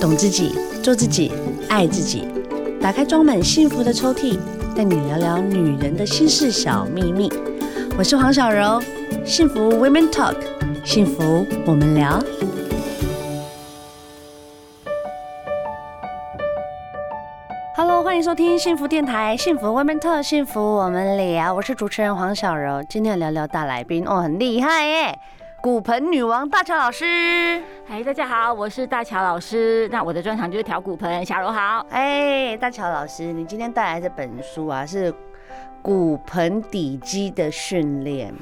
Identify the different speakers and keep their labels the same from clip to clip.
Speaker 1: 懂自己，做自己，爱自己。打开装满幸福的抽屉，带你聊聊女人的心事小秘密。我是黄小柔，幸福 Women Talk，幸福我们聊。Hello，欢迎收听幸福电台，幸福 Women Talk，幸福我们聊。我是主持人黄小柔，今天要聊聊大来宾哦，很厉害耶，骨盆女王大乔老师。
Speaker 2: 嗨，大家好，我是大乔老师。那我的专长就是调骨盆，小柔好。
Speaker 1: 哎，大乔老师，你今天带来这本书啊，是骨盆底肌的训练。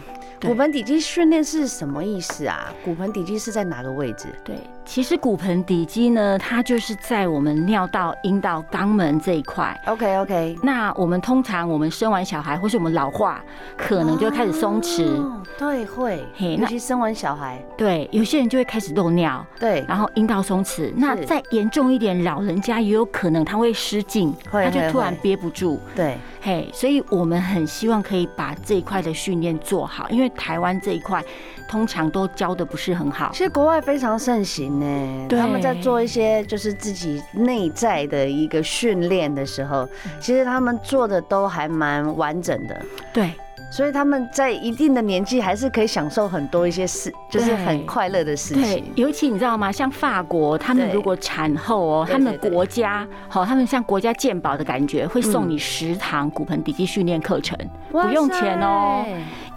Speaker 2: 对
Speaker 1: 骨盆底肌训练是什么意思啊？骨盆底肌是在哪个位置？
Speaker 2: 对，其实骨盆底肌呢，它就是在我们尿道、阴道、肛门这一块。
Speaker 1: OK OK，
Speaker 2: 那我们通常我们生完小孩，或是我们老化，可能就会开始松弛。
Speaker 1: 哦对，会，
Speaker 2: 嘿
Speaker 1: 尤
Speaker 2: 那
Speaker 1: 其生完小孩，
Speaker 2: 对，有些人就会开始漏尿，
Speaker 1: 对，
Speaker 2: 然后阴道松弛。那
Speaker 1: 是
Speaker 2: 再严重一点，老人家也有可能他会失禁，
Speaker 1: 会
Speaker 2: 他就
Speaker 1: 会
Speaker 2: 突然
Speaker 1: 会
Speaker 2: 憋不住。
Speaker 1: 对，
Speaker 2: 嘿，所以我们很希望可以把这一块的训练做好，因为台湾这一块通常都教的不是很好
Speaker 1: 其。实国外非常盛行呢，
Speaker 2: 对
Speaker 1: 他们在做一些就是自己内在的一个训练的时候，其实他们做的都还蛮完整的，
Speaker 2: 对
Speaker 1: 所以他们在一定的年纪还是可以享受很多一些事，就是很快乐的事
Speaker 2: 对
Speaker 1: 情，。
Speaker 2: 尤其你知道吗？像法国，他们
Speaker 1: 对
Speaker 2: 如果产后哦，
Speaker 1: 对
Speaker 2: 他们
Speaker 1: 对对
Speaker 2: 国家好，他们像国家健保的感觉，会送
Speaker 1: 嗯
Speaker 2: 你十堂骨盆底肌训练课程，
Speaker 1: 哇
Speaker 2: 不用钱哦
Speaker 1: 塞。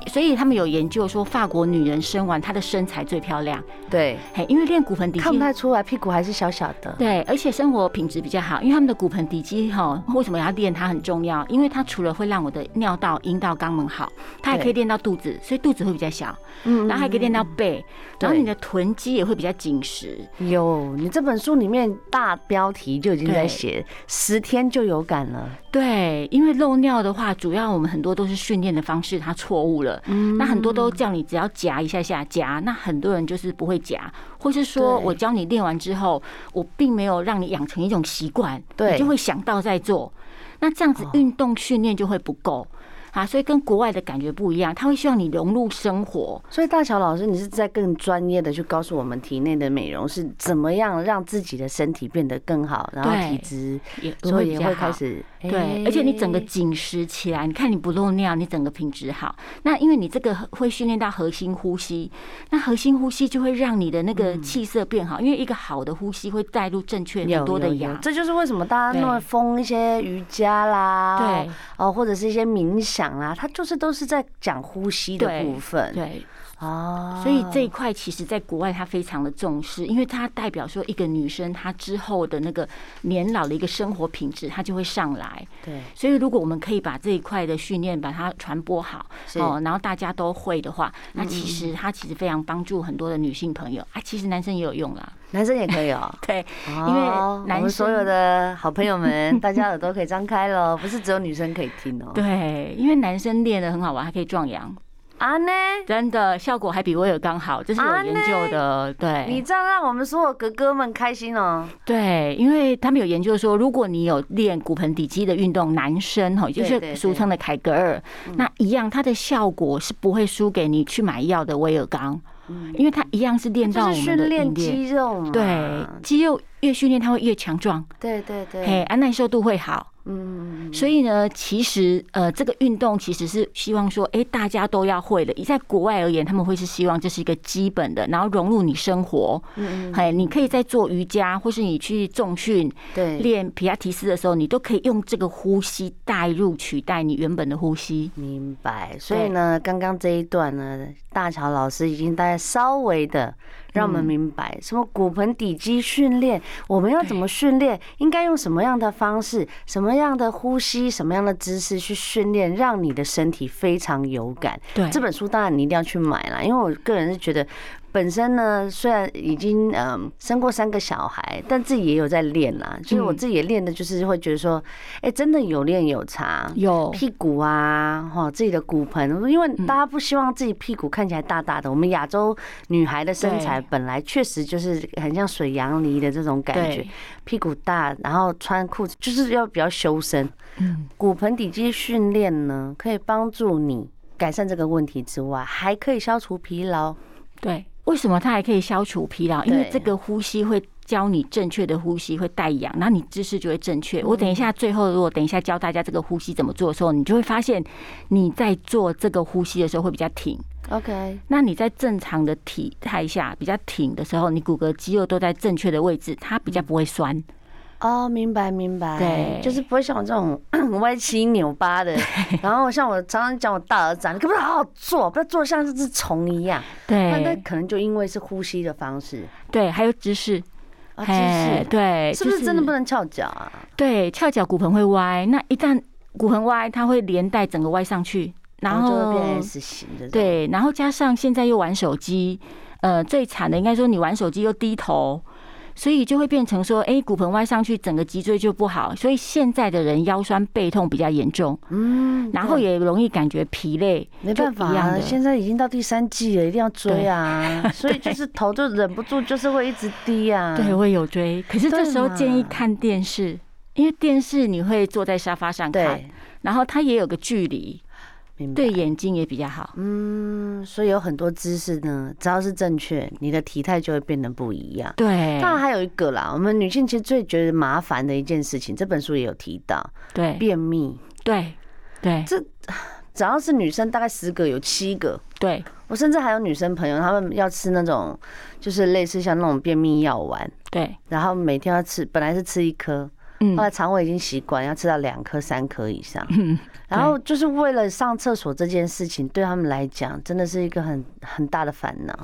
Speaker 2: 所以他们有研究说，法国女人生完她的身材最漂亮，
Speaker 1: 对，
Speaker 2: 嘿，因为练骨盆底
Speaker 1: 看不
Speaker 2: 肌。
Speaker 1: 太出来，屁股还是小小的。
Speaker 2: 对，而且生活品质比较好，因为他们的骨盆底肌哈，为什么要练它很重要？因为它除了会让我的尿道、阴道、肛门好，它还
Speaker 1: 对
Speaker 2: 可以练到肚子，所以肚子会比较小，
Speaker 1: 嗯
Speaker 2: 然后还可以练到背，然后
Speaker 1: 对
Speaker 2: 你的臀肌也会比较紧实。
Speaker 1: 有你这本书里面大标题就已经在
Speaker 2: 对
Speaker 1: 写十天就有感了，
Speaker 2: 对，因为漏尿的话，主要我们很多都是训练的方式它错误了，
Speaker 1: 嗯
Speaker 2: 那很多都叫你只要夹一下下夹，那很多人就是不会夹，或是说
Speaker 1: 对
Speaker 2: 我教你练完之后，我并没有让你养成一种习惯，
Speaker 1: 对哦
Speaker 2: 你就会想到再做，那这样子运动训练就会不够。啊，所以跟国外的感觉不一样，它会希望你融入生活。
Speaker 1: 所以大乔老师，你是在更专业的去告诉我们体内的美容是怎么样让自己的身体变得更好，然后
Speaker 2: 对
Speaker 1: 体质，
Speaker 2: 也
Speaker 1: 所以也
Speaker 2: 比较
Speaker 1: 会
Speaker 2: 好
Speaker 1: 开始
Speaker 2: 对，而且你整个
Speaker 1: 哎
Speaker 2: 紧实起来，你看你不漏尿，你整个品质好。那因为你这个会训练到核心呼吸，那核心呼吸就会让你的那个气色变好，因为一个好的呼吸会带入正确很
Speaker 1: 嗯有
Speaker 2: 多的
Speaker 1: 有有
Speaker 2: 氧。
Speaker 1: 这就是为什么大家那么
Speaker 2: 对
Speaker 1: 疯一些瑜伽啦，
Speaker 2: 对，
Speaker 1: 哦，或者是一些冥想啦，它就是都是在讲呼吸的
Speaker 2: 对
Speaker 1: 部分，
Speaker 2: 对，
Speaker 1: 哦，
Speaker 2: 所以这一块其实在国外它非常的重视，因为它代表说一个女生她之后的那个年老的一个生活品质，她就会上来。
Speaker 1: 对
Speaker 2: 所以，如果我们可以把这一块的训练把它传播好
Speaker 1: 是嗯
Speaker 2: 哦，然后大家都会的话，那其实它其实非常帮助很多的女性朋友啊，其实男生也有用 啦。。
Speaker 1: 男生也可以哦
Speaker 2: 对， 因为
Speaker 1: 哦我
Speaker 2: 男
Speaker 1: 们所有
Speaker 2: 生
Speaker 1: 的好朋友 们，大家耳朵可以张开喽，不是只有女生可以听哦。
Speaker 2: 对，因为男生练的很好玩，还可以壮阳，
Speaker 1: 啊呢，
Speaker 2: 真的效果还比威尔刚好，这是有研究的。
Speaker 1: 啊你
Speaker 2: 对，
Speaker 1: 这样让我们所有哥哥们开心哦。
Speaker 2: 对，因为他们有研究说，如果你有练骨盆底肌的运动，男生哈，就
Speaker 1: 对对嗯
Speaker 2: 是俗称的凯格尔，那一样它的效果是不会输给你去买药的威尔刚，因为它一样是练
Speaker 1: 嗯就
Speaker 2: 到我
Speaker 1: 是
Speaker 2: 们
Speaker 1: 训
Speaker 2: 的
Speaker 1: 练
Speaker 2: 硬链
Speaker 1: 肌肉嘛。
Speaker 2: 对，肌肉越训练，它会越强壮，
Speaker 1: 对对对，
Speaker 2: 嘿，啊，耐受度会好。
Speaker 1: 嗯，嗯嗯
Speaker 2: 所以呢，其实呃，这个运动其实是希望说，哎，大家都要会的。以在国外而言，他们会是希望这是一个基本的，然后融入你生活。
Speaker 1: 嗯嗯
Speaker 2: 嘿，你可以在做瑜伽，或是你去重训、
Speaker 1: 对。
Speaker 2: 练皮亚提斯的时候，你都可以用这个呼吸带入取代你原本的呼吸。
Speaker 1: 明白，所以呢，刚刚这一段呢，大乔老师已经大概稍微
Speaker 2: 嗯
Speaker 1: 的让我们明白，什么骨盆底肌训练，我们要怎么训练，
Speaker 2: 嗯
Speaker 1: 应该用什么样的方式，什么样的呼吸，什么样的姿势去训练，让你的身体非常有感。
Speaker 2: 对
Speaker 1: 这本书当然你一定要去买啦，因为我个人是觉得。本身呢，虽然已经嗯、生过三个小孩，但自己也有在练啦。就是我
Speaker 2: 嗯
Speaker 1: 自己也练的，就是会觉得说，哎、真的有练有差，
Speaker 2: 有
Speaker 1: 屁股啊，哈，自己的骨盆，因为
Speaker 2: 嗯
Speaker 1: 大家不希望自己屁股看起来大大的。我们亚洲女孩的身材
Speaker 2: 对
Speaker 1: 本来确实就是很像水杨梨的这种感觉
Speaker 2: 对，
Speaker 1: 屁股大，然后穿裤子就是要比较修身。
Speaker 2: 嗯，
Speaker 1: 骨盆底肌训练呢，可以帮助你改善这个问题之外，还可以消除疲劳。
Speaker 2: 对，为什么它还可以消除疲劳？因为
Speaker 1: 对
Speaker 2: 这个呼吸会教你正确的呼吸，会带氧，然后你姿势就会正
Speaker 1: 嗯
Speaker 2: 确。我等一下最后，如果等一下教大家这个呼吸怎么做的时候，你就会发现你在做这个呼吸的时候会比较挺。
Speaker 1: OK，
Speaker 2: 那你在正常的体态下比较挺的时候，你骨骼肌肉都在正确的位置，它
Speaker 1: 嗯
Speaker 2: 比较不会酸。
Speaker 1: 哦，明白明白，
Speaker 2: 对
Speaker 1: 就是不会像我这种 歪七扭八 的。然后像我常常讲我大儿子啊，你可不可以好好坐，不要坐得像是只虫一样。那那
Speaker 2: 对
Speaker 1: 可能就因为是呼吸的方式
Speaker 2: 对，还有姿势，
Speaker 1: 啊，姿
Speaker 2: 嘿
Speaker 1: 势，
Speaker 2: 对，
Speaker 1: 是不
Speaker 2: 就是
Speaker 1: 真的不能翘脚啊？
Speaker 2: 对，翘脚骨盆会歪，那一旦骨盆歪，它会连带整个歪上去，然
Speaker 1: 哦就会变
Speaker 2: 后
Speaker 1: S 型的。，
Speaker 2: 对，然后加上现在又玩手机，呃，最惨的应该说你玩手机又低头。所以就会变成说，哎、骨盆歪上去，整个脊椎就不好。所以现在的人腰酸背痛比较严重，
Speaker 1: 嗯，
Speaker 2: 然后
Speaker 1: 对
Speaker 2: 也容易感觉疲累，
Speaker 1: 没
Speaker 2: 就
Speaker 1: 办法
Speaker 2: 一样
Speaker 1: 啊，
Speaker 2: 的
Speaker 1: 现在已经到第三季了，一定要追啊， 所以就是头就忍不住就是会一直低啊。
Speaker 2: 对，我有追。可是这
Speaker 1: 对
Speaker 2: 时候
Speaker 1: 嘛
Speaker 2: 建议看电视，因为电视你会坐在沙发上看，
Speaker 1: 对，
Speaker 2: 然后它也有个距离，
Speaker 1: 明白。
Speaker 2: 对眼睛也比较好。
Speaker 1: 嗯，所以有很多姿势呢，只要是正确，你的体态就会变得不一样。
Speaker 2: 对，
Speaker 1: 当然还有一个啦，我们女性其实最觉得麻烦的一件事情，这本书也有提到
Speaker 2: 对，
Speaker 1: 便秘。
Speaker 2: 对，对，
Speaker 1: 只要是女生，大概十个有七个，
Speaker 2: 对，
Speaker 1: 我甚至还有女生朋友，她们要吃那种就是类似像那种便秘药丸，
Speaker 2: 对，
Speaker 1: 然后每天要吃，本来是吃一颗，
Speaker 2: 嗯
Speaker 1: 后，来肠胃已经习惯要吃到两颗、三颗以上，
Speaker 2: 嗯
Speaker 1: 然后就是为了上厕所这件事情，对他们来讲真的是一个很很大的烦恼。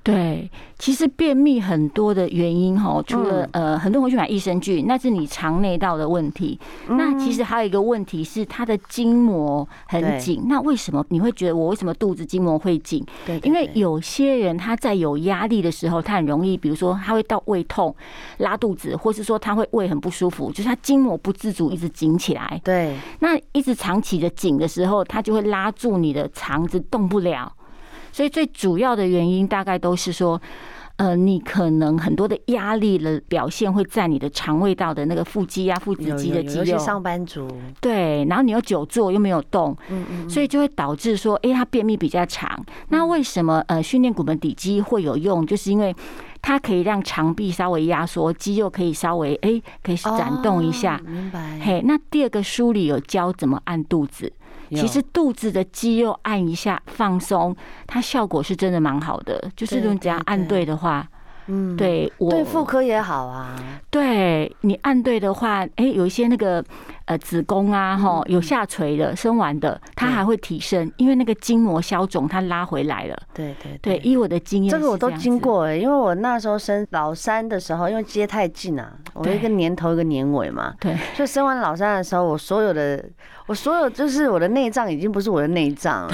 Speaker 2: 对，其实便秘很多的原因哈，除了、
Speaker 1: 嗯
Speaker 2: 呃，很多人会去买益生菌，那是你肠内道的问题。
Speaker 1: 嗯
Speaker 2: 那其实还有一个问题是，它的筋膜
Speaker 1: 对
Speaker 2: 很紧。那为什么你会觉得我为什么肚子筋膜会紧？
Speaker 1: 对，对
Speaker 2: 因为
Speaker 1: 对
Speaker 2: 有些人他在有压力的时候，他很容易，比如说他会到胃痛、拉肚子，或是说他会胃很不舒服，就是他筋膜不自主一直紧起来。
Speaker 1: 对
Speaker 2: 那一直长期的紧的时候，它就会拉住你的肠子动不了。所以最主要的原因大概都是说，呃，你可能很多的压力的表现会在你的肠胃道的那个腹肌啊、腹直
Speaker 1: 有
Speaker 2: 肌的
Speaker 1: 有
Speaker 2: 肌
Speaker 1: 有，尤
Speaker 2: 肉
Speaker 1: 其，上班族，
Speaker 2: 对，然后你又久坐又没有动，
Speaker 1: 嗯嗯，
Speaker 2: 所以就会导致说，诶，它便秘比较长。那为什么呃训练骨盆底肌会有用？就是因为它可以让肠壁稍微压缩，肌肉可以稍微诶，可以展动一下
Speaker 1: 哦。明白？
Speaker 2: 嘿，那第二个书里有教怎么按肚子，
Speaker 1: 有
Speaker 2: 其实肚子的肌肉按一下放松，它效果是真的蛮好的。就是
Speaker 1: 对
Speaker 2: 如果你只要
Speaker 1: 对
Speaker 2: 按
Speaker 1: 对
Speaker 2: 对的话，
Speaker 1: 嗯，
Speaker 2: 对我
Speaker 1: 对妇科也好啊，
Speaker 2: 对你按对的话，哎，有一些那个呃子宫啊，哈，有下垂的、生完的，它
Speaker 1: 嗯对
Speaker 2: 还会提升，因为那个筋膜消肿，它拉回来了。
Speaker 1: 对对
Speaker 2: 对，。以我的经验，
Speaker 1: 这个我都经。过哎、因为我那时候生老三的时候，因为接太近啊，我
Speaker 2: 对
Speaker 1: 一个年头一个年尾嘛，
Speaker 2: 对，
Speaker 1: 所以生完老三的时候，我所有的我所有就是我的内脏已经不是我的内脏 了。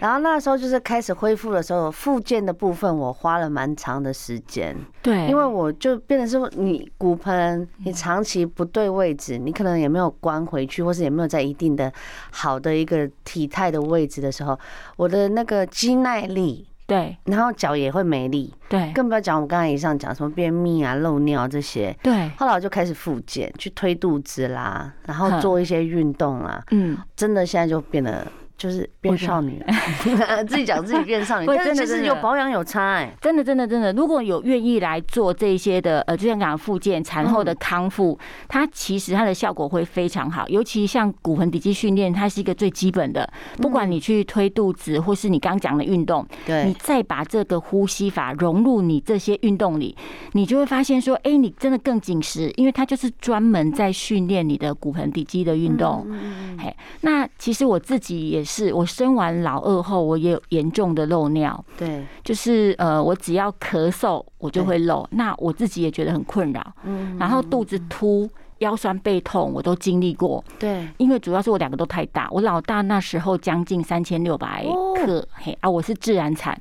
Speaker 1: 然后那时候就是开始恢复的时候，复健的部分我花了蛮长的时间，
Speaker 2: 对，嗯
Speaker 1: 因为我就变成是你骨盆你长期不对位置，你可能也没有关回去，或是也没有在一定的好的一个体态的位置的时候，我的那个肌耐力，
Speaker 2: 对
Speaker 1: 然后脚也会没力，
Speaker 2: 对
Speaker 1: 更不要讲我们刚才以上讲什么便秘啊、漏尿这些。
Speaker 2: 对，
Speaker 1: 后来我就开始复健，去推肚子啦，然后
Speaker 2: 哼
Speaker 1: 做一些运动啦，
Speaker 2: 嗯，
Speaker 1: 真的现在就变得就是变少女了， 自己讲自己变少 女，
Speaker 2: 不
Speaker 1: 但是
Speaker 2: 真的
Speaker 1: 其实
Speaker 2: 真的
Speaker 1: 有保养有差哎、
Speaker 2: 真的，真的，真的，如果有愿意来做这些的，呃，就像讲复健、产后的
Speaker 1: 嗯
Speaker 2: 康复，它其实它的效果会非常好。尤其像骨盆底肌训练，它是一个最基本的，
Speaker 1: 嗯
Speaker 2: 不管你去推肚子，或是你刚讲的运动，你
Speaker 1: 对，
Speaker 2: 再把这个呼吸法融入你这些运动里，你就会发现说，哎，你真的更紧实，因为它就是专门在训练你的骨盆底肌的运动。
Speaker 1: 嗯
Speaker 2: 嘿，那其实我自己也是，我生完老二后，我也有严重的漏尿。
Speaker 1: 对，
Speaker 2: 就是呃，我只要咳嗽，我就会漏。那我自己也觉得很困扰，
Speaker 1: 嗯，
Speaker 2: 然后肚子凸、腰酸背痛，我都经历过。
Speaker 1: 对，
Speaker 2: 因为主要是我两个都太大，我老大那时候将近三千六百
Speaker 1: 哦
Speaker 2: 克，嘿啊，我是自然产。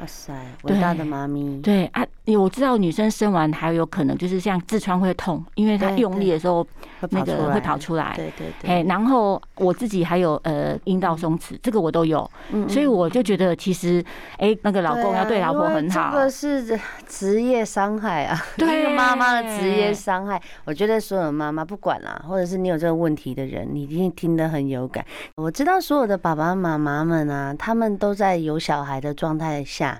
Speaker 1: 哇塞，伟大的妈咪，
Speaker 2: 对啊，我知道女生生完还有可能就是像痔疮会痛，因为她
Speaker 1: 对
Speaker 2: 用力的时候
Speaker 1: 会
Speaker 2: 那
Speaker 1: 跑出
Speaker 2: 个
Speaker 1: 来，
Speaker 2: 会跑出来。
Speaker 1: 对对对，
Speaker 2: 哎，然后我自己还有呃阴道松弛，这个我都有，
Speaker 1: 嗯
Speaker 2: 所以我就觉得其实哎，那个老公要对老婆很
Speaker 1: 啊因
Speaker 2: 好
Speaker 1: 为这。个是职业伤害 啊，一
Speaker 2: 对
Speaker 1: 个妈妈的职业伤害。我觉得所有妈妈不管啦、或者是你有这个问题的人，你一定听得很有感。我知道所有的爸爸妈妈们啊，他们都在有小孩的状态下。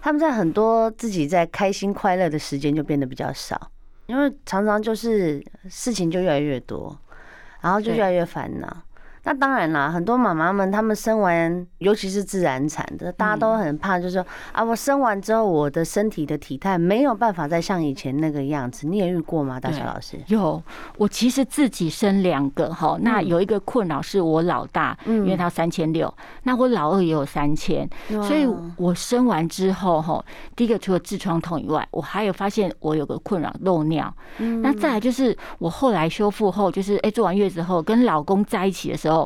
Speaker 1: 他们在很多自己在开心快乐的时间就变得比较少，因为常常就是事情就越来越多，然后就越来越烦恼。那当然啦，很多妈妈们她们生完，尤其是自然产的，大家
Speaker 2: 嗯
Speaker 1: 都很怕，就是说啊，我生完之后我的身体的体态没有办法再像以前那个样子。你也遇过吗，大小老师？
Speaker 2: 有，我其实自己生两个
Speaker 1: 嗯
Speaker 2: 哈，那有一个困扰是我老大，因为他三千六，那我老二也有三千，所以我生完之后哈，第一个除了痔疮痛以外，我还有发现我有个困扰漏尿，
Speaker 1: 嗯
Speaker 2: 那再来就是我后来修复后，就是哎、做完月子后跟老公在一起的时候，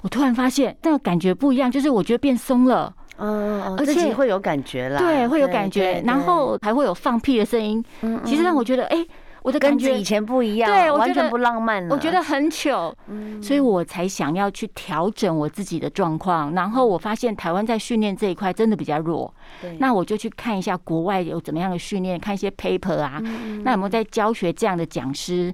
Speaker 2: 我突然发现那个感觉不一样，就是我觉得变松了。
Speaker 1: 嗯，嗯嗯
Speaker 2: 而
Speaker 1: 自己
Speaker 2: 且
Speaker 1: 会有感觉啦，
Speaker 2: 对，会有
Speaker 1: 对
Speaker 2: 感觉
Speaker 1: 对，
Speaker 2: 然
Speaker 1: 对
Speaker 2: 后还会有放屁的声音，
Speaker 1: 嗯
Speaker 2: 其实让
Speaker 1: 嗯
Speaker 2: 我觉得，哎、我的感
Speaker 1: 跟以
Speaker 2: 觉，
Speaker 1: 前不一样，
Speaker 2: 对我
Speaker 1: 完
Speaker 2: 觉
Speaker 1: 全
Speaker 2: 得
Speaker 1: 不浪漫了。
Speaker 2: 我觉得很糗，
Speaker 1: 嗯
Speaker 2: 所以我才想要去调整我自己的状况。然后我发现台湾在训练这一块真的比较弱，
Speaker 1: 对，
Speaker 2: 那我就去看一下国外有怎么样的训练，看一些 paper 啊，
Speaker 1: 嗯
Speaker 2: 那有没有在教学这样的讲师？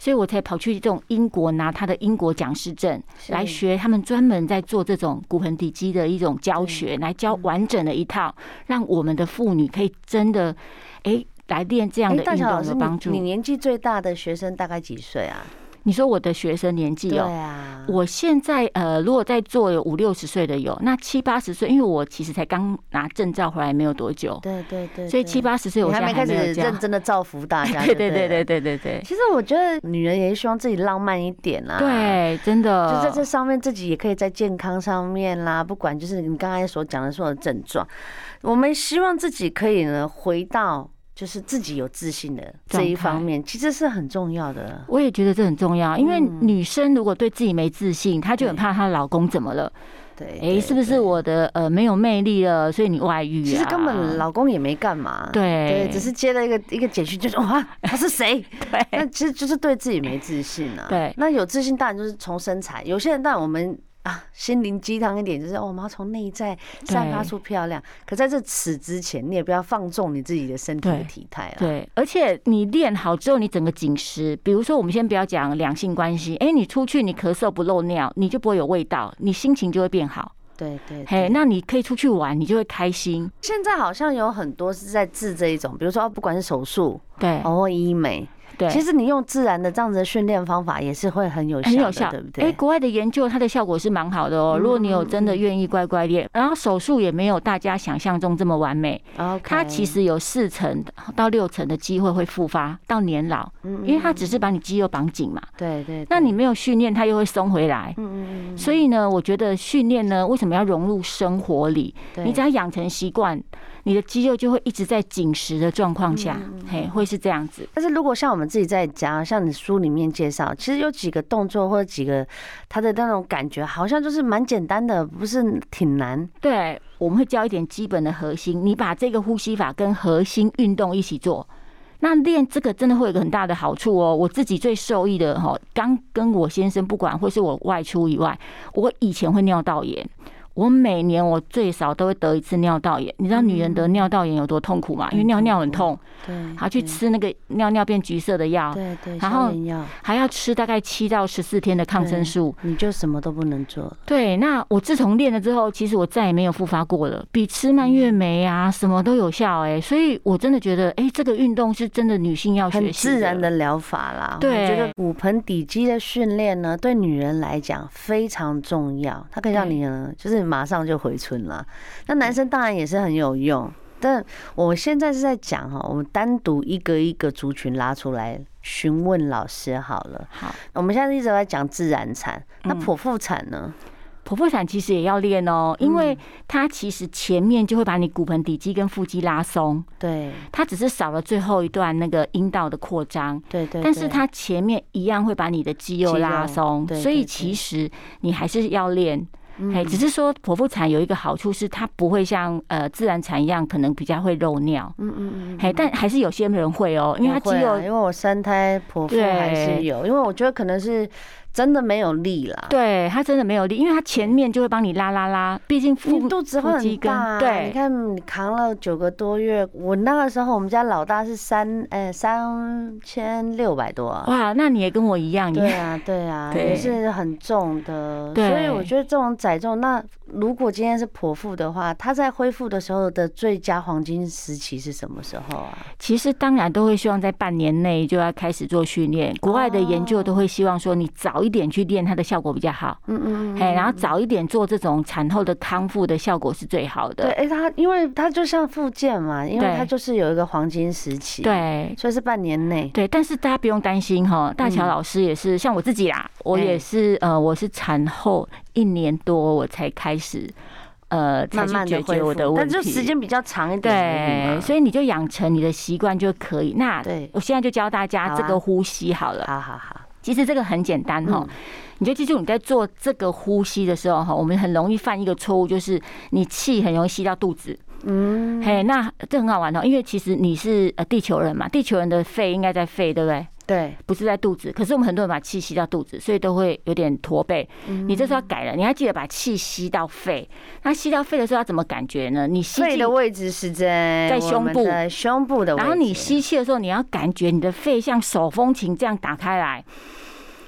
Speaker 2: 所以我才跑去这种英国拿他的英国讲师证
Speaker 1: 是
Speaker 2: 来学，他们专门在做这种骨盆底肌的一种教学，来教完整的一套，
Speaker 1: 嗯
Speaker 2: 让我们的妇女可以真的哎来练这样
Speaker 1: 哎，
Speaker 2: 的
Speaker 1: 大
Speaker 2: 运
Speaker 1: 乔老
Speaker 2: 动
Speaker 1: 师，
Speaker 2: 有
Speaker 1: 你
Speaker 2: 帮
Speaker 1: 你
Speaker 2: 助。
Speaker 1: 年纪最大的学生大概几岁啊？
Speaker 2: 你说我的学生年纪
Speaker 1: 对
Speaker 2: 哦。
Speaker 1: 啊，
Speaker 2: 我现在呃，如果在做有五六十岁的有，那七八十岁，因为我其实才刚拿证照回来没有多久，
Speaker 1: 对对对，
Speaker 2: 所以
Speaker 1: 对
Speaker 2: 七八十岁
Speaker 1: 你
Speaker 2: 我
Speaker 1: 还
Speaker 2: 现在
Speaker 1: 没
Speaker 2: 还
Speaker 1: 开
Speaker 2: 没
Speaker 1: 始
Speaker 2: 有这样
Speaker 1: 认真的造福大家，
Speaker 2: 对
Speaker 1: 对
Speaker 2: 对
Speaker 1: 了
Speaker 2: 对对。对对 对
Speaker 1: 其实我觉得女人也希望自己浪漫一点啊啦，，
Speaker 2: 对，真
Speaker 1: 就
Speaker 2: 的
Speaker 1: 在这上面自己也可以在健康上面啦，不管就是你刚才所讲的所有症状，我们希望自己可以呢回到就是自己有自信的这一
Speaker 2: 状态
Speaker 1: 方面，其实是很重要的。
Speaker 2: 我也觉得这很重要，因为
Speaker 1: 嗯
Speaker 2: 女生如果对自己没自信，她就很
Speaker 1: 对
Speaker 2: 怕她老公怎么了，
Speaker 1: 对，
Speaker 2: 哎，
Speaker 1: 对
Speaker 2: 是不是
Speaker 1: 对
Speaker 2: 我的呃没有魅力了，所以你外遇啊？
Speaker 1: 其实根本老公也没干嘛，
Speaker 2: 对
Speaker 1: 对，只是接了一个一个简讯，就是哇，他是 谁？那
Speaker 2: 对
Speaker 1: 其实就是对自己没自信啊。
Speaker 2: 对
Speaker 1: 那有自信当然就是从身材，有些人当然我们。啊，心灵鸡汤一点就是，哦我们要从内在散发
Speaker 2: 对
Speaker 1: 出漂亮。可在这此之前，你也不要放纵你自己的身体的
Speaker 2: 对
Speaker 1: 体态啊了。
Speaker 2: 对，而且你练好之后，你整个紧实，比如说我们先不要讲两性关系，哎，你出去你咳嗽不漏尿，你就不会有味道，你心情就会变好，
Speaker 1: 对 对
Speaker 2: 嘿，
Speaker 1: 对。
Speaker 2: 那你可以出去玩，你就会开心，
Speaker 1: 现在好像有很多是在治这一种，比如说哦不管是手术
Speaker 2: 对
Speaker 1: 哦或医美，
Speaker 2: 对。
Speaker 1: 其实你用自然的这样子的训练方法也是会很有效
Speaker 2: 很
Speaker 1: 的，
Speaker 2: 有效，
Speaker 1: 对不
Speaker 2: 哎、
Speaker 1: 对？嗯
Speaker 2: 国外的研究它的效果是蛮好的哦。如果你有真的愿意乖乖练，然后手术也没有大家想象中这么完美，
Speaker 1: OK
Speaker 2: 它其实有四成到六成的机会会复发到年老，
Speaker 1: 嗯嗯
Speaker 2: 因为它只是把你肌肉绑紧嘛。
Speaker 1: 对对，
Speaker 2: 那
Speaker 1: 对
Speaker 2: 你没有训练，它又会松回来。
Speaker 1: 嗯嗯嗯
Speaker 2: 所以呢，我觉得训练呢，为什么要融入生活里？
Speaker 1: 嗯，
Speaker 2: 你只
Speaker 1: 对
Speaker 2: 要养成习惯，你的肌肉就会一直在紧实的状况下，
Speaker 1: 嗯
Speaker 2: 嘿，会是这样子。
Speaker 1: 但是如果像我们自己在家，像你书里面介绍，其实有几个动作或者几个它的那种感觉，好像就是蛮简单的，不是挺难。
Speaker 2: 对，我们会教一点基本的核心，你把这个呼吸法跟核心运动一起做。那练这个真的会有一个很大的好处哦。我自己最受益的哈，刚跟我先生，不管或是我外出以外，我以前会尿道炎，我每年我最少都会得一次尿道炎。你知道女人
Speaker 1: 嗯
Speaker 2: 得尿道炎有多痛苦吗？因为尿尿很痛，
Speaker 1: 对，
Speaker 2: 还要去
Speaker 1: 嗯对
Speaker 2: 吃那个尿尿变橘色的药，
Speaker 1: 对对，
Speaker 2: 然
Speaker 1: 消
Speaker 2: 后
Speaker 1: 炎药，
Speaker 2: 还要吃大概七到十四天的抗生素。
Speaker 1: 你就什么都不能做了。
Speaker 2: 对，那我自从练了之后，其实我再也没有复发过了，比吃蔓越莓
Speaker 1: 嗯
Speaker 2: 啊什么都有效哎、所以我真的觉得，哎、这个运动是真的女性要
Speaker 1: 很
Speaker 2: 学习
Speaker 1: 自然的疗法啦。
Speaker 2: 对
Speaker 1: 我觉得骨盆底肌的训练呢，对女人来讲非常重要，它可以让你呢，就是马上就回春了。那男生当然也是很有用，但我现在是在讲哈，我们单独一个一个族群拉出来询问老师好了。
Speaker 2: 好，
Speaker 1: 我们现在一直在讲自然产，那
Speaker 2: 嗯
Speaker 1: 剖腹产呢？
Speaker 2: 剖腹产其实也要练哦，
Speaker 1: 嗯
Speaker 2: 因为它其实前面就会把你骨盆底肌跟腹肌拉松，
Speaker 1: 对
Speaker 2: 它只是少了最后一段那个阴道的扩张。
Speaker 1: 对对，
Speaker 2: 但是
Speaker 1: 对
Speaker 2: 它前面一样会把你的肌
Speaker 1: 肌
Speaker 2: 肉
Speaker 1: 肉
Speaker 2: 拉松，
Speaker 1: 对
Speaker 2: 所
Speaker 1: 对
Speaker 2: 以
Speaker 1: 对
Speaker 2: 其实你还是要练
Speaker 1: 嗯
Speaker 2: 哎，只是说剖腹产有一个好处是，它不会像呃自然产一样，可能比较会漏尿。
Speaker 1: 嗯嗯嗯嗯
Speaker 2: 哎，但还是有些人会哦，因为它
Speaker 1: 不
Speaker 2: 肌
Speaker 1: 会啊
Speaker 2: 肉
Speaker 1: 因为我三胎剖腹
Speaker 2: 对
Speaker 1: 还是有，因为我觉得可能是真的没有力啦。
Speaker 2: 对它真的没有力，因为它前面就会帮你拉拉拉，毕竟
Speaker 1: 你
Speaker 2: 腹
Speaker 1: 肚子会
Speaker 2: 腹肌
Speaker 1: 很
Speaker 2: 跟
Speaker 1: 大、啊，
Speaker 2: 对
Speaker 1: 你看你扛了九个多月，我那个时候我们家老大是三，呃、三千六百多啊。
Speaker 2: 哇，那你也跟我一样，你
Speaker 1: 对啊，对啊，
Speaker 2: 对
Speaker 1: 也是很重的，所
Speaker 2: 对
Speaker 1: 以我觉得这种载重，那如果今天是剖腹的话，她在恢复的时候的最佳黄金时期是什么时候啊？
Speaker 2: 其实当然都会希望在半年内就要开始做训练，国外的研
Speaker 1: 哦
Speaker 2: 究都会希望说你早一点去练，它的效果比较好。
Speaker 1: 嗯嗯嗯，
Speaker 2: 哎，然后早一点做这种产后的康复的效果是最好
Speaker 1: 对，
Speaker 2: 的。
Speaker 1: 哎、她因为她就像复健嘛，因为
Speaker 2: 对
Speaker 1: 她就是有一个黄金时期，，
Speaker 2: 对
Speaker 1: 所以是半年内，
Speaker 2: 对，但是大家不用担心哈，大
Speaker 1: 嗯
Speaker 2: 乔老师也是像我自己啦，我
Speaker 1: 哎
Speaker 2: 也是呃，我是产后一年多我才开始呃才
Speaker 1: 慢
Speaker 2: 去
Speaker 1: 慢的
Speaker 2: 解
Speaker 1: 恢
Speaker 2: 决
Speaker 1: 复，
Speaker 2: 我的问
Speaker 1: 但
Speaker 2: 题，
Speaker 1: 就时间比较长一点而已
Speaker 2: 对，
Speaker 1: 嘛，
Speaker 2: 所以你就养成你的习惯就可以。那
Speaker 1: 对
Speaker 2: 我现在就教大家
Speaker 1: 好啊
Speaker 2: 这个呼吸好了。
Speaker 1: 好好好，
Speaker 2: 其实这个很简单哈
Speaker 1: 嗯，
Speaker 2: 你就记住你在做这个呼吸的时候哈，我们很容易犯一个错误，就是你气很容易吸到肚子。
Speaker 1: 嗯，
Speaker 2: 嘿，那这很好玩哦，因为其实你是呃地球人嘛，地球人的肺应该在肺，对不对？
Speaker 1: 对，
Speaker 2: 不是在肚子，可是我们很多人把气吸到肚子，所以都会有点驼背。
Speaker 1: 嗯
Speaker 2: 你这时候要改了，你要记得把气吸到肺。那吸到肺的时候要怎么感觉呢？你吸
Speaker 1: 肺
Speaker 2: 进
Speaker 1: 的位置是在
Speaker 2: 在
Speaker 1: 我
Speaker 2: 胸
Speaker 1: 们
Speaker 2: 部
Speaker 1: 的胸部的位置，
Speaker 2: 然后你吸气的时候，你要感觉你的肺像手风琴这样打开来，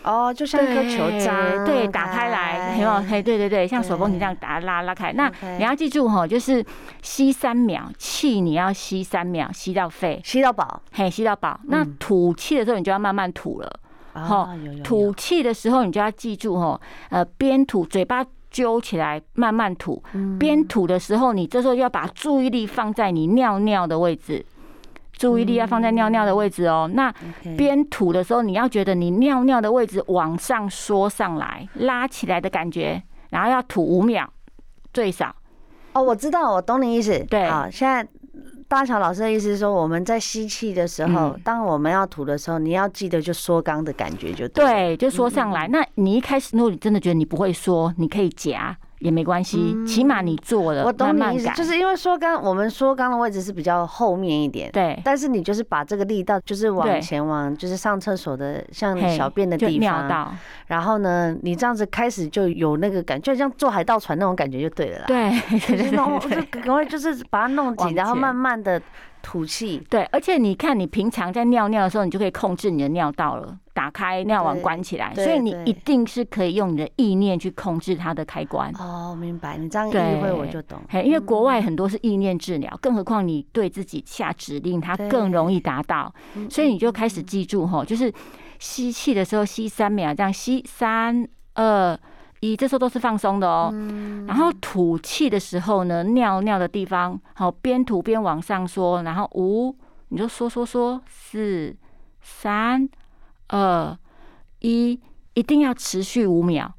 Speaker 1: 哦，就像一颗球渣，
Speaker 2: 对，打开来，很有，嘿，对对对，像手风琴这样打拉拉开。那
Speaker 1: OK
Speaker 2: 你要记住哈，就是吸三秒，气你要吸三秒，吸到肺，
Speaker 1: 吸到饱，
Speaker 2: 嘿，吸到饱。那
Speaker 1: 嗯
Speaker 2: 吐气的时候，你就要慢慢吐了。
Speaker 1: 哦
Speaker 2: 吼，
Speaker 1: 有有有
Speaker 2: 吐气的时候，你就要记住哈，呃，边吐嘴巴。揪起来，慢慢吐。
Speaker 1: 嗯
Speaker 2: 边吐的时候，你这时候要把注意力放在你尿尿的位置，注意力要放在尿尿的位置
Speaker 1: 嗯
Speaker 2: 哦。那
Speaker 1: OK
Speaker 2: 边吐的时候，你要觉得你尿尿的位置往上缩上来，拉起来的感觉，然后要吐五秒最少。
Speaker 1: 哦，我知道，我懂你意思。
Speaker 2: 对
Speaker 1: 好，现在大乔老师的意思是说，我们在吸气的时候，
Speaker 2: 嗯
Speaker 1: 当我们要吐的时候，你要记得就缩肛的感觉就了。
Speaker 2: 对，就缩上
Speaker 1: 嗯
Speaker 2: 来。那你一开始，如果你真的觉得你不会缩，你可以夹也没关系，起码你做了，
Speaker 1: 嗯我懂
Speaker 2: 慢
Speaker 1: 你
Speaker 2: 慢
Speaker 1: 意思，
Speaker 2: 改。
Speaker 1: 就是因为缩肛，我们缩肛的位置是比较后面一点。
Speaker 2: 对。
Speaker 1: 但是你就是把这个力道，就是往
Speaker 2: 对
Speaker 1: 前往，就是上厕所的像
Speaker 2: 嘿
Speaker 1: 小便的
Speaker 2: 就
Speaker 1: 地
Speaker 2: 尿
Speaker 1: 方，
Speaker 2: 道，
Speaker 1: 然后呢，你这样子开始就有那个感觉，就像坐海盗船那种感觉就 对了啦。
Speaker 2: 对
Speaker 1: 就
Speaker 2: 对
Speaker 1: 是
Speaker 2: 对
Speaker 1: 弄，
Speaker 2: 对
Speaker 1: 就
Speaker 2: 对
Speaker 1: 赶快就是把它弄紧，
Speaker 2: 往
Speaker 1: 然后
Speaker 2: 前
Speaker 1: 慢慢的吐气。
Speaker 2: 对，而且你看，你平常在尿尿的时候，你就可以控制你的尿道了，打开尿管
Speaker 1: 对
Speaker 2: 关起来，
Speaker 1: 对
Speaker 2: 所以你
Speaker 1: 对
Speaker 2: 一定是可以用你的意念去控制它的开关。
Speaker 1: 哦，明白，你这样意
Speaker 2: 对
Speaker 1: 会我就懂。
Speaker 2: 嘿，因为国
Speaker 1: 嗯
Speaker 2: 外很多是意念治疗，更何况你对自己下指令，它
Speaker 1: 对
Speaker 2: 更容易达到。
Speaker 1: 嗯
Speaker 2: 所以你就开始记住吼，就是吸气的时候吸三秒，这样吸三二一，这时候都是放松的哦。
Speaker 1: 嗯
Speaker 2: 然后吐气的时候呢，尿尿的地方，好边吐边往上缩，然后五，你就缩缩缩，四三二一，一定要持续五秒。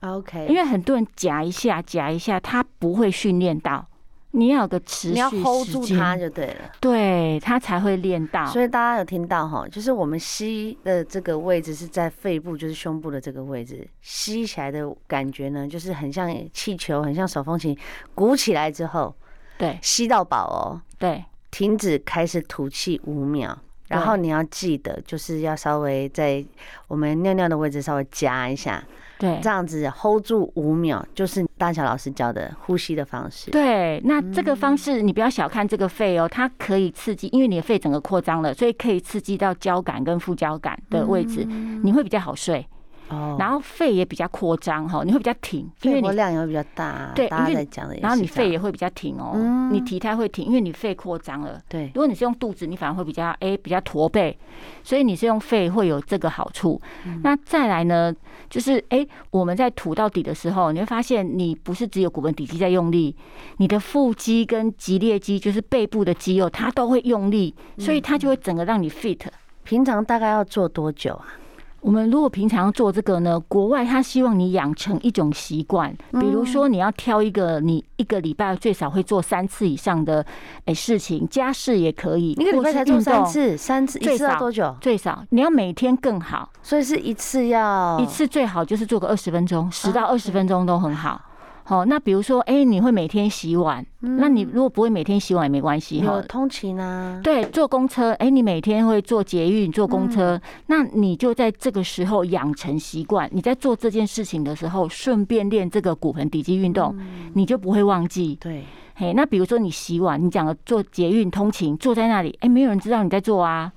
Speaker 1: OK，
Speaker 2: 因为很多人夹一下夹一下，他不会训练到，你要有个持续
Speaker 1: 你要 hold
Speaker 2: 时
Speaker 1: 住
Speaker 2: 间
Speaker 1: 它，就对了。
Speaker 2: 对他才会练到。
Speaker 1: 所以大家有听到哈，就是我们吸的这个位置是在肺部，就是胸部的这个位置，吸起来的感觉呢，就是很像气球，很像手风琴，鼓起来之后
Speaker 2: 对
Speaker 1: 吸到饱哦，
Speaker 2: 对
Speaker 1: 停止开始吐气五秒。
Speaker 2: 对
Speaker 1: 然后你要记得，就是要稍微在我们尿尿的位置稍微夹一下，
Speaker 2: 对
Speaker 1: 这样子 hold 住五秒，就是大乔老师教的呼吸的方式。
Speaker 2: 对，那这个
Speaker 1: 嗯
Speaker 2: 方式你不要小看这个肺哦，它可以刺激，因为你的肺整个扩张了，所以可以刺激到交感跟副交感的位置，你会比较好睡，
Speaker 1: 嗯哦
Speaker 2: 然后肺也比较扩张哈，你会比较挺，因为
Speaker 1: 肺
Speaker 2: 你
Speaker 1: 活量也会比较大，啊
Speaker 2: 对
Speaker 1: 大
Speaker 2: 因
Speaker 1: 家
Speaker 2: 为
Speaker 1: 在讲的也是这样。嗯
Speaker 2: 然后你肺也会比较挺哦，你体态会挺，因为你肺扩张了。
Speaker 1: 对
Speaker 2: 如果你是用肚子，你反而会比较诶比较驼背，所以你是用肺会有这个好处。
Speaker 1: 嗯
Speaker 2: 那再来呢，就是诶我们在吐到底的时候，你会发现你不是只有骨盆底肌在用力，你的腹肌跟棘裂肌，就是背部的肌肉，它都会用力，
Speaker 1: 嗯
Speaker 2: 所以它就会整个让你 fit。
Speaker 1: 平常大概要做多久啊？
Speaker 2: 我们如果平常要做这个呢，国外他希望你养成一种习惯，比
Speaker 1: 嗯
Speaker 2: 如说你要挑一个你一个礼拜最少会做三次以上的诶事情，家事也可以，
Speaker 1: 一个礼
Speaker 2: 或
Speaker 1: 拜
Speaker 2: 是
Speaker 1: 才做
Speaker 2: 运
Speaker 1: 三
Speaker 2: 动
Speaker 1: 次，三次一
Speaker 2: 最
Speaker 1: 次要
Speaker 2: 少
Speaker 1: 多久？
Speaker 2: 最少你要每天更好，
Speaker 1: 所以是一次要
Speaker 2: 一次最好就是做个二十分
Speaker 1: 啊
Speaker 2: 钟，十到二十分钟都很好。好，那比如说，哎、你会每天洗碗，那你如果不会每天洗碗也没关系
Speaker 1: 嗯有
Speaker 2: 哈。
Speaker 1: 通勤啊。
Speaker 2: 对，坐公车，哎、你每天会坐捷运、坐公车，
Speaker 1: 嗯
Speaker 2: 那你就在这个时候养成习惯。你在做这件事情的时候，顺便练这个骨盆底肌运动，
Speaker 1: 嗯
Speaker 2: 你就不会忘记。
Speaker 1: 对，
Speaker 2: 嘿，那比如说你洗碗，你讲的坐捷运通勤，坐在那里，哎、没有人知道你在做啊。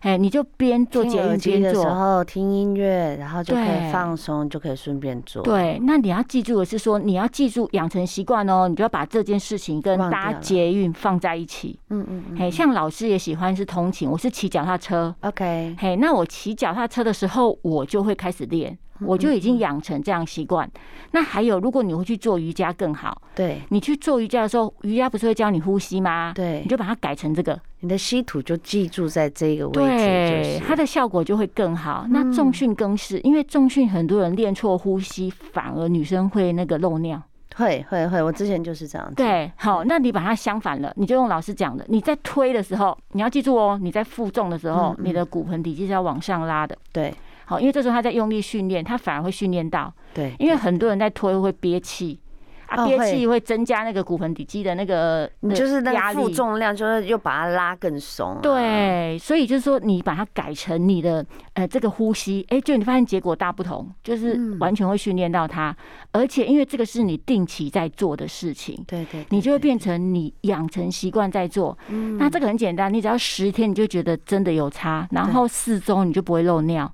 Speaker 2: 哎，你就边做捷
Speaker 1: 听耳
Speaker 2: 运
Speaker 1: 机
Speaker 2: 边
Speaker 1: 的时
Speaker 2: 做。
Speaker 1: 候听音乐，然后就可以
Speaker 2: 对
Speaker 1: 放松，就可以顺便做。
Speaker 2: 对，那你要记住的是说，你要记住养成习惯哦，你就要把这件事情跟
Speaker 1: 忘掉
Speaker 2: 搭
Speaker 1: 了
Speaker 2: 捷运放在一起。
Speaker 1: 嗯，嗯嗯
Speaker 2: 嘿，像老师也喜欢是通勤，我是骑脚踏车。
Speaker 1: ，OK，
Speaker 2: 嘿，那我骑脚踏车的时候，我就会开始练，
Speaker 1: 嗯
Speaker 2: 我就已经养成这样习惯。那还有，如果你会去做瑜伽更好，
Speaker 1: 对
Speaker 2: 你去做瑜伽的时候，瑜伽不是会教你呼吸吗？，
Speaker 1: 对
Speaker 2: 你，就把它改成这个，
Speaker 1: 你的稀土就记住在这个位置，
Speaker 2: 对，
Speaker 1: 就
Speaker 2: 它
Speaker 1: 是
Speaker 2: 的效果就会更好。那
Speaker 1: 嗯
Speaker 2: 重训更是，因为重训很多人练错呼吸，反而女生会那个漏尿。
Speaker 1: 会会会，我之前就是这样子。
Speaker 2: 对，好，那你把它相反了，你就用老师讲的，你在推的时候，你要记住哦，你在负重的时候，
Speaker 1: 嗯嗯
Speaker 2: 你的骨盆底肌是要往上拉的。
Speaker 1: 对
Speaker 2: 好，因为这时候他在用力训练，他反而会训练到，
Speaker 1: 对，
Speaker 2: 因为很多人在推会憋气啊，
Speaker 1: 哦
Speaker 2: 憋
Speaker 1: 会
Speaker 2: 气会增加那个骨盆底肌的那个
Speaker 1: 你就是那
Speaker 2: 压
Speaker 1: 个负
Speaker 2: 力。
Speaker 1: 重量，就是又把它拉更松、啊。，
Speaker 2: 对，所以就是说，你把它改成你的呃这个呼吸，哎、就你发现结果大不同，就是
Speaker 1: 嗯
Speaker 2: 完全会训练到它，而且因为这个是你定期在做的事情，
Speaker 1: 对对对
Speaker 2: 你就会变成你养成习惯在做。
Speaker 1: 嗯
Speaker 2: 那这个很简单，你只要十天你就觉得真的有差，然后四周你就不会漏尿。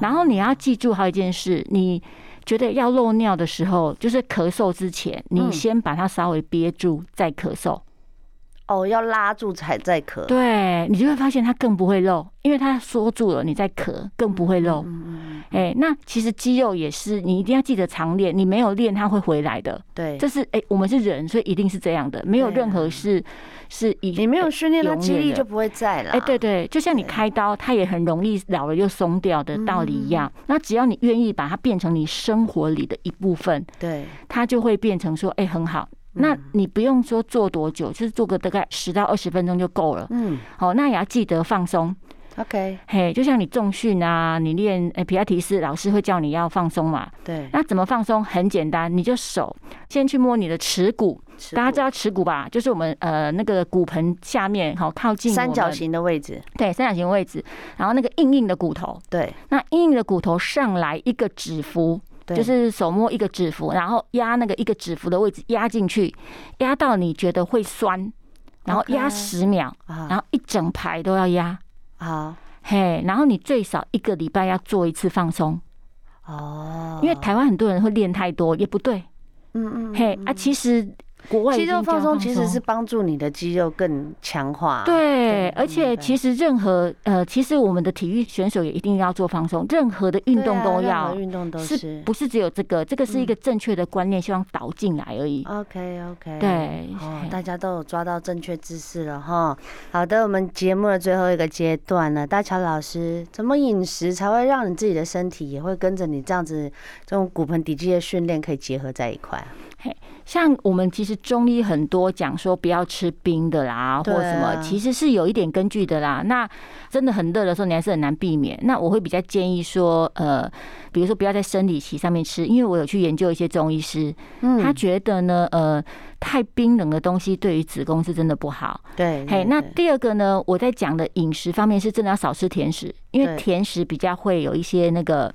Speaker 2: 然后你要记住还有一件事，你觉得要漏尿的时候，就是咳嗽之前，你
Speaker 1: 嗯
Speaker 2: 先把它稍微憋住再咳嗽，
Speaker 1: 哦，要拉住才再咳。
Speaker 2: 对你就会发现它更不会漏，因为它缩住了，你再咳更不会漏。
Speaker 1: 嗯，嗯
Speaker 2: 哎，那其实肌肉也是，你一定要记得常练，你没有练它会回来的。
Speaker 1: 对
Speaker 2: 这，是哎、我们是人，所以一定是这样的，没有
Speaker 1: 对啊
Speaker 2: 任何是是一
Speaker 1: 你没有训练，它
Speaker 2: 永
Speaker 1: 肌
Speaker 2: 远
Speaker 1: 力
Speaker 2: 的
Speaker 1: 就不会在了。
Speaker 2: 哎、对对，就像你开刀，它也很容易老了又松掉的道理一
Speaker 1: 嗯
Speaker 2: 样。那只要你愿意把它变成你生活里的一部分，
Speaker 1: 对
Speaker 2: 它就会变成说，哎、很好。
Speaker 1: 嗯
Speaker 2: 那你不用说做多久，就是做个大概十到二十分钟就够了。
Speaker 1: 嗯
Speaker 2: 好、那也要记得放松。
Speaker 1: ，OK，
Speaker 2: 嘿，就像你重训啊，你练哎皮拉提斯，老师会叫你要放松嘛。
Speaker 1: 对，
Speaker 2: 那怎么放松？很简单，你就手先去摸你的耻骨，大家知道耻骨吧？就是我们呃那个骨盆下面，好靠近我
Speaker 1: 三角
Speaker 2: 们，
Speaker 1: 形的位置，
Speaker 2: 对三角形位置，然后那个硬硬的骨头，
Speaker 1: 对，
Speaker 2: 那硬硬的骨头上来一个指腹，
Speaker 1: 对
Speaker 2: 就是手摸一个指腹，然后压那个一个指腹的位置压进去，压到你觉得会酸，然后
Speaker 1: OK
Speaker 2: 压十秒，然
Speaker 1: 啊，
Speaker 2: 后一整排都要压，
Speaker 1: 好
Speaker 2: 嘿，然后你最少一个礼拜要做一次放松，
Speaker 1: 哦，
Speaker 2: 因为台湾很多人会练太多也不对，
Speaker 1: 嗯嗯嗯，
Speaker 2: 嘿啊，其实国外
Speaker 1: 肌
Speaker 2: 已经
Speaker 1: 肉
Speaker 2: 叫
Speaker 1: 放松其实是帮助你的肌肉更强化。
Speaker 2: 对，
Speaker 1: 啊对
Speaker 2: 而且
Speaker 1: 明白
Speaker 2: 其实任何呃，其实我们的体育选手也一定要做放松，任何的运
Speaker 1: 对
Speaker 2: 动
Speaker 1: 啊
Speaker 2: 都
Speaker 1: 任
Speaker 2: 要
Speaker 1: 何，运动都
Speaker 2: 是
Speaker 1: 是。
Speaker 2: 不是只有这个？这个是一个正确的观念，希望导进来而已。
Speaker 1: OK OK，。
Speaker 2: 对，
Speaker 1: 嗯哦
Speaker 2: 嘿，
Speaker 1: 大家都有抓到正确姿势了哈。好的，我们节目的最后一个阶段了，大乔老师，怎么饮食才会让你自己的身体也会跟着你这样子这种骨盆底肌的训练可以结合在一块啊？
Speaker 2: 像我们其实中医很多讲说不要吃冰的啦，或
Speaker 1: 对
Speaker 2: 什么
Speaker 1: 啊，
Speaker 2: 其实是有一点根据的啦。那真的很热的时候，你还是很难避免。那我会比较建议说，呃，比如说不要在生理期上面吃，因为我有去研究一些中医师，
Speaker 1: 嗯
Speaker 2: 他觉得呢，呃，太冰冷的东西对于子宫是真的不好。
Speaker 1: 对，对
Speaker 2: 嘿，那
Speaker 1: 对
Speaker 2: 第二个呢，我在讲的饮食方面是真的要少吃甜食，因为
Speaker 1: 对
Speaker 2: 甜食比较会有一些那个，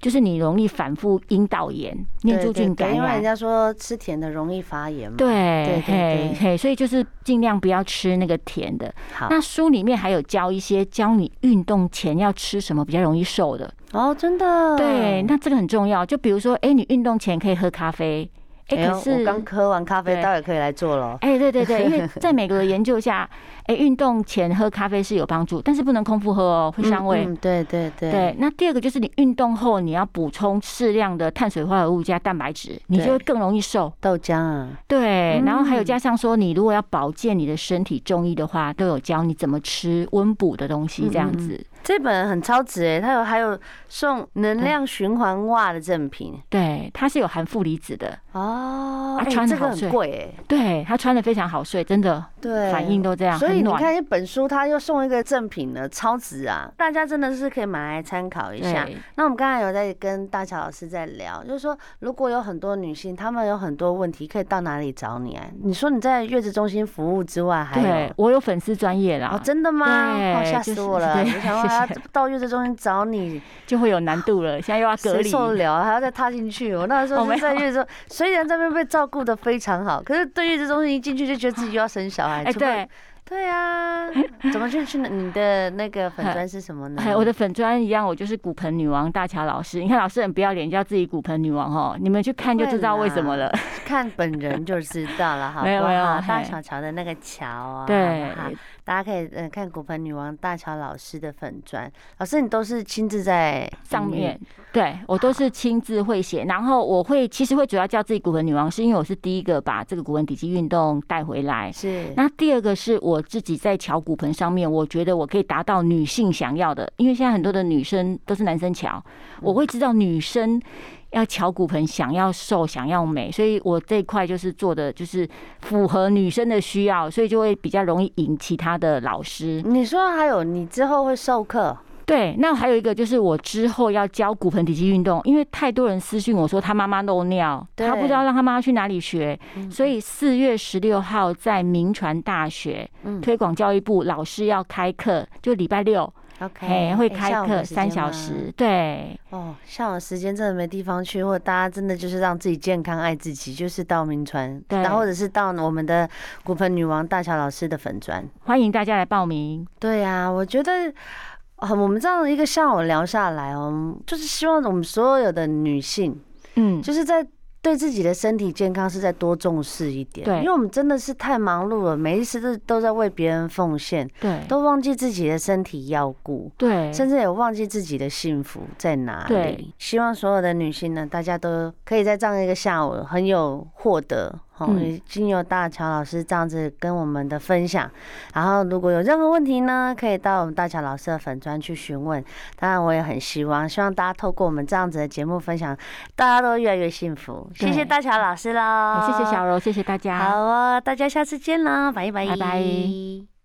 Speaker 2: 就是你容易反复阴道炎、念珠
Speaker 1: 对对
Speaker 2: 菌
Speaker 1: 对
Speaker 2: 感
Speaker 1: 因为人
Speaker 2: 染。
Speaker 1: 家说吃甜的容易发炎嘛。，
Speaker 2: 对
Speaker 1: 对，对
Speaker 2: 嘿，嘿，所以就是尽量不要吃那个甜的。
Speaker 1: 好，
Speaker 2: 那书里面还有教一些教你运动前要吃什么比较容易瘦的。
Speaker 1: 哦，真的，
Speaker 2: 对，那这个很重要。就比如说，哎，你运动前可以喝咖啡，
Speaker 1: 哎
Speaker 2: 哎，
Speaker 1: 呦
Speaker 2: 可是
Speaker 1: 我刚喝完咖啡，
Speaker 2: 对
Speaker 1: 待会可以来做了。
Speaker 2: 哎，对对对，因为在美国的研究下，哎，运动前喝咖啡是有帮助，但是不能空腹喝哦，会伤胃。
Speaker 1: 嗯嗯对对对
Speaker 2: 对，那第二个就是你运动后你要补充适量的碳水化合物加蛋白质，你就会更容易瘦。
Speaker 1: 豆浆啊，
Speaker 2: 对，然后还有
Speaker 1: 嗯
Speaker 2: 加上说，你如果要保健你的身体，中医的话都有教你怎么吃温补的东西，这样子。
Speaker 1: 这本很超值哎，它有还有送能量循环袜的赠品
Speaker 2: 对，它是有含负离子的，
Speaker 1: 哦，
Speaker 2: 啊
Speaker 1: 哎
Speaker 2: 穿得
Speaker 1: 这个
Speaker 2: 好睡
Speaker 1: 很贵哎，
Speaker 2: 对，它穿的非常好睡，真的
Speaker 1: 对，
Speaker 2: 反应。都这样，
Speaker 1: 所以
Speaker 2: 很
Speaker 1: 你
Speaker 2: 暖。
Speaker 1: 看，一本书它又送一个赠品呢，超值啊！大家真的是可以买来参考一下。
Speaker 2: 对，
Speaker 1: 那我们刚才有在跟大乔老师在聊，就是说，如果有很多女性，她们有很多问题，可以到哪里找你啊？你说你在月子中心服务之外，还有
Speaker 2: 对我有粉丝专业
Speaker 1: 哎哦
Speaker 2: 啦，，
Speaker 1: 真的吗？
Speaker 2: 对
Speaker 1: 哦，吓死
Speaker 2: 就是
Speaker 1: 我了！我
Speaker 2: 对
Speaker 1: 想说他到月子中心找你，
Speaker 2: 就会有难度了。现在又要隔
Speaker 1: 谁
Speaker 2: 离，
Speaker 1: 受得了啊？还要再踏进去？我那时候
Speaker 2: 哦没
Speaker 1: 是
Speaker 2: 有
Speaker 1: 在月子中，虽然这边被照顾的非常好，可是对月子中心一进去就觉得自己又要生小孩，
Speaker 2: 哎，
Speaker 1: 除非
Speaker 2: 对，
Speaker 1: 对啊，怎么认识呢？你的那个 粉砖是什么呢？
Speaker 2: 哎，我的粉砖一样，我就是骨盆女王大乔老师。你看老师很不要脸，叫自己骨盆女王哦，你们去看就知道为什么了。
Speaker 1: 看本人就知道了，好不
Speaker 2: 没有
Speaker 1: 好？
Speaker 2: 没有
Speaker 1: 大
Speaker 2: 嘿
Speaker 1: 乔乔的那个乔啊，
Speaker 2: 对
Speaker 1: 好不好大家可以呃看骨盆女王大乔老师的粉砖，老师你都是亲自在
Speaker 2: 上面，对我都是亲自会写，然后我会其实会主要叫自己骨盆女王，是因为我是第一个把这个骨盆底肌运动带回来。
Speaker 1: 是
Speaker 2: 那第二个是我自己在敲骨盆上面，我觉得我可以达到女性想要的，因为现在很多的女生都是男生敲，我会知道女生要敲骨盆想要瘦想要美，所以我这一块就是做的就是符合女生的需要，所以就会比较容易引其他的老师。
Speaker 1: 你说还有你之后会授课，
Speaker 2: 对，那还有一个就是我之后要教骨盆底肌运动，因为太多人私讯我说他妈妈漏尿，
Speaker 1: 对
Speaker 2: 他不知道让他妈妈去哪里学，所以四月十六号在民传大学
Speaker 1: 嗯
Speaker 2: 推广教育部老师要开课，就礼拜六，
Speaker 1: ，OK，
Speaker 2: 哎，会
Speaker 1: 哎下
Speaker 2: 开
Speaker 1: 午
Speaker 2: 课
Speaker 1: 的时间
Speaker 2: 三小
Speaker 1: 吗
Speaker 2: 时，对，
Speaker 1: 哦，下午时间真的没地方去，或者大家真的就是让自己健康、爱自己，就是到名传，
Speaker 2: 对
Speaker 1: 然后或者是到我们的骨盆女王大乔老师的粉砖。
Speaker 2: 欢迎大家来报名，
Speaker 1: 对呀、我觉得。啊、我们这样一个下午聊下来哦，就是希望我们所有的女性，
Speaker 2: 嗯，
Speaker 1: 就是在对自己的身体健康是再多重视一点，
Speaker 2: 对
Speaker 1: 因为我们真的是太忙碌了，每一次都都在为别人奉献，
Speaker 2: 对，
Speaker 1: 都忘记自己的身体要顾。
Speaker 2: 对，
Speaker 1: 甚至也忘记自己的幸福在哪里
Speaker 2: 对。
Speaker 1: 希望所有的女性呢，大家都可以在这样一个下午很有获得。好，
Speaker 2: 嗯
Speaker 1: 也经由大乔老师这样子跟我们的分享，然后如果有任何问题呢，可以到我们大乔老师的粉专去询问。当然，我也很希望，希望大家透过我们这样子的节目分享，大家都越来越幸福。谢谢
Speaker 2: 对
Speaker 1: 大乔老师喽
Speaker 2: 哎好，谢谢小柔，谢谢大家，
Speaker 1: 好哦，大家下次见喽，拜拜，
Speaker 2: 啊拜拜。